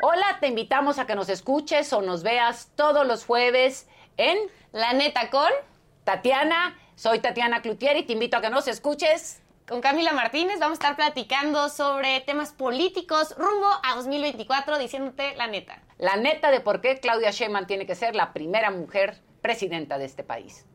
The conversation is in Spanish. Hola, te invitamos a que nos escuches o nos veas todos los jueves en La Neta con Tatiana. Soy Tatiana Cloutier y te invito a que nos escuches. Con Camila Martínez vamos a estar platicando sobre temas políticos rumbo a 2024, diciéndote la neta. La neta de por qué Claudia Sheinbaum tiene que ser la primera mujer presidenta de este país.